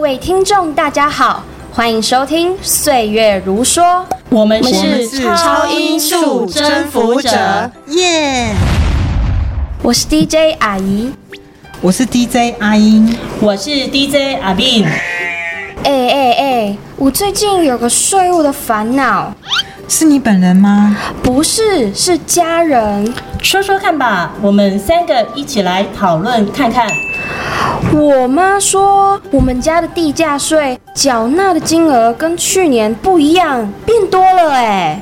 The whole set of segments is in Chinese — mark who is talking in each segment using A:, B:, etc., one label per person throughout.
A: 位听众，大家好，欢迎收听《岁月如说》，
B: 我们
C: 我们
B: 是
C: 是超音速征服者耶
A: 我是 DJ 阿姨。
C: 我是 DJ 阿英，
B: 我是 DJ 阿斌。
A: 哎哎哎，我最近有个税务的烦恼，
C: 是你本人吗？
A: 不是是家人，
B: 说说看吧，我们三个一起来讨论看看。
A: 我妈说我们家的地价税缴纳的金额跟去年不一样，变多了哎、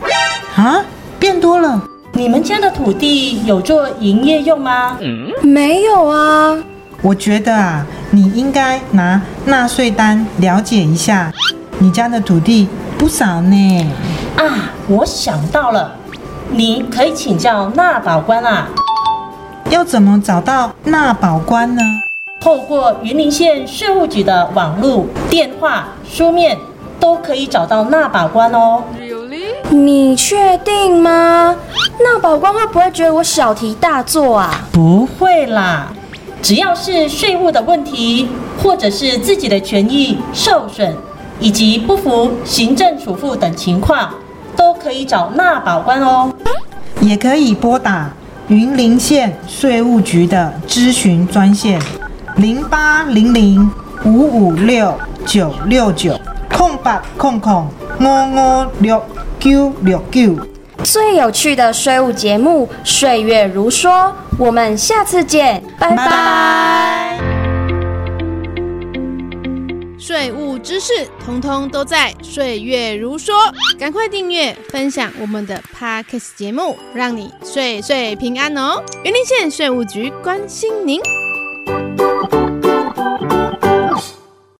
C: 啊，变多了，
B: 你们家的土地有做营业用吗？
A: 没有啊，
C: 我觉得啊，你应该拿纳税单了解一下，你家的土地不少呢。
B: 啊，我想到了，你可以请教纳保官啊。
C: 要怎么找到纳保官呢？
B: 透过云林县税务局的网络、电话、书面都可以找到纳保官哦。
A: 你确定吗？那保官会不会觉得我小题大做啊？
B: 不会啦，只要是税务的问题，或者是自己的权益受损，以及不服行政处分等情况，都可以找纳保官哦。
C: 也可以拨打云林县税务局的咨询专线零八零零五五六九六九空八空空五五六九六九。
A: 最有趣的税务节目《岁月如说》，我们下次见，拜
C: 拜
A: 拜
C: 拜
D: 税务知识，通通都在《岁月如说》。赶快订阅、分享我们的 Podcast 节目，让你岁岁平安哦！云林县税务局关心您。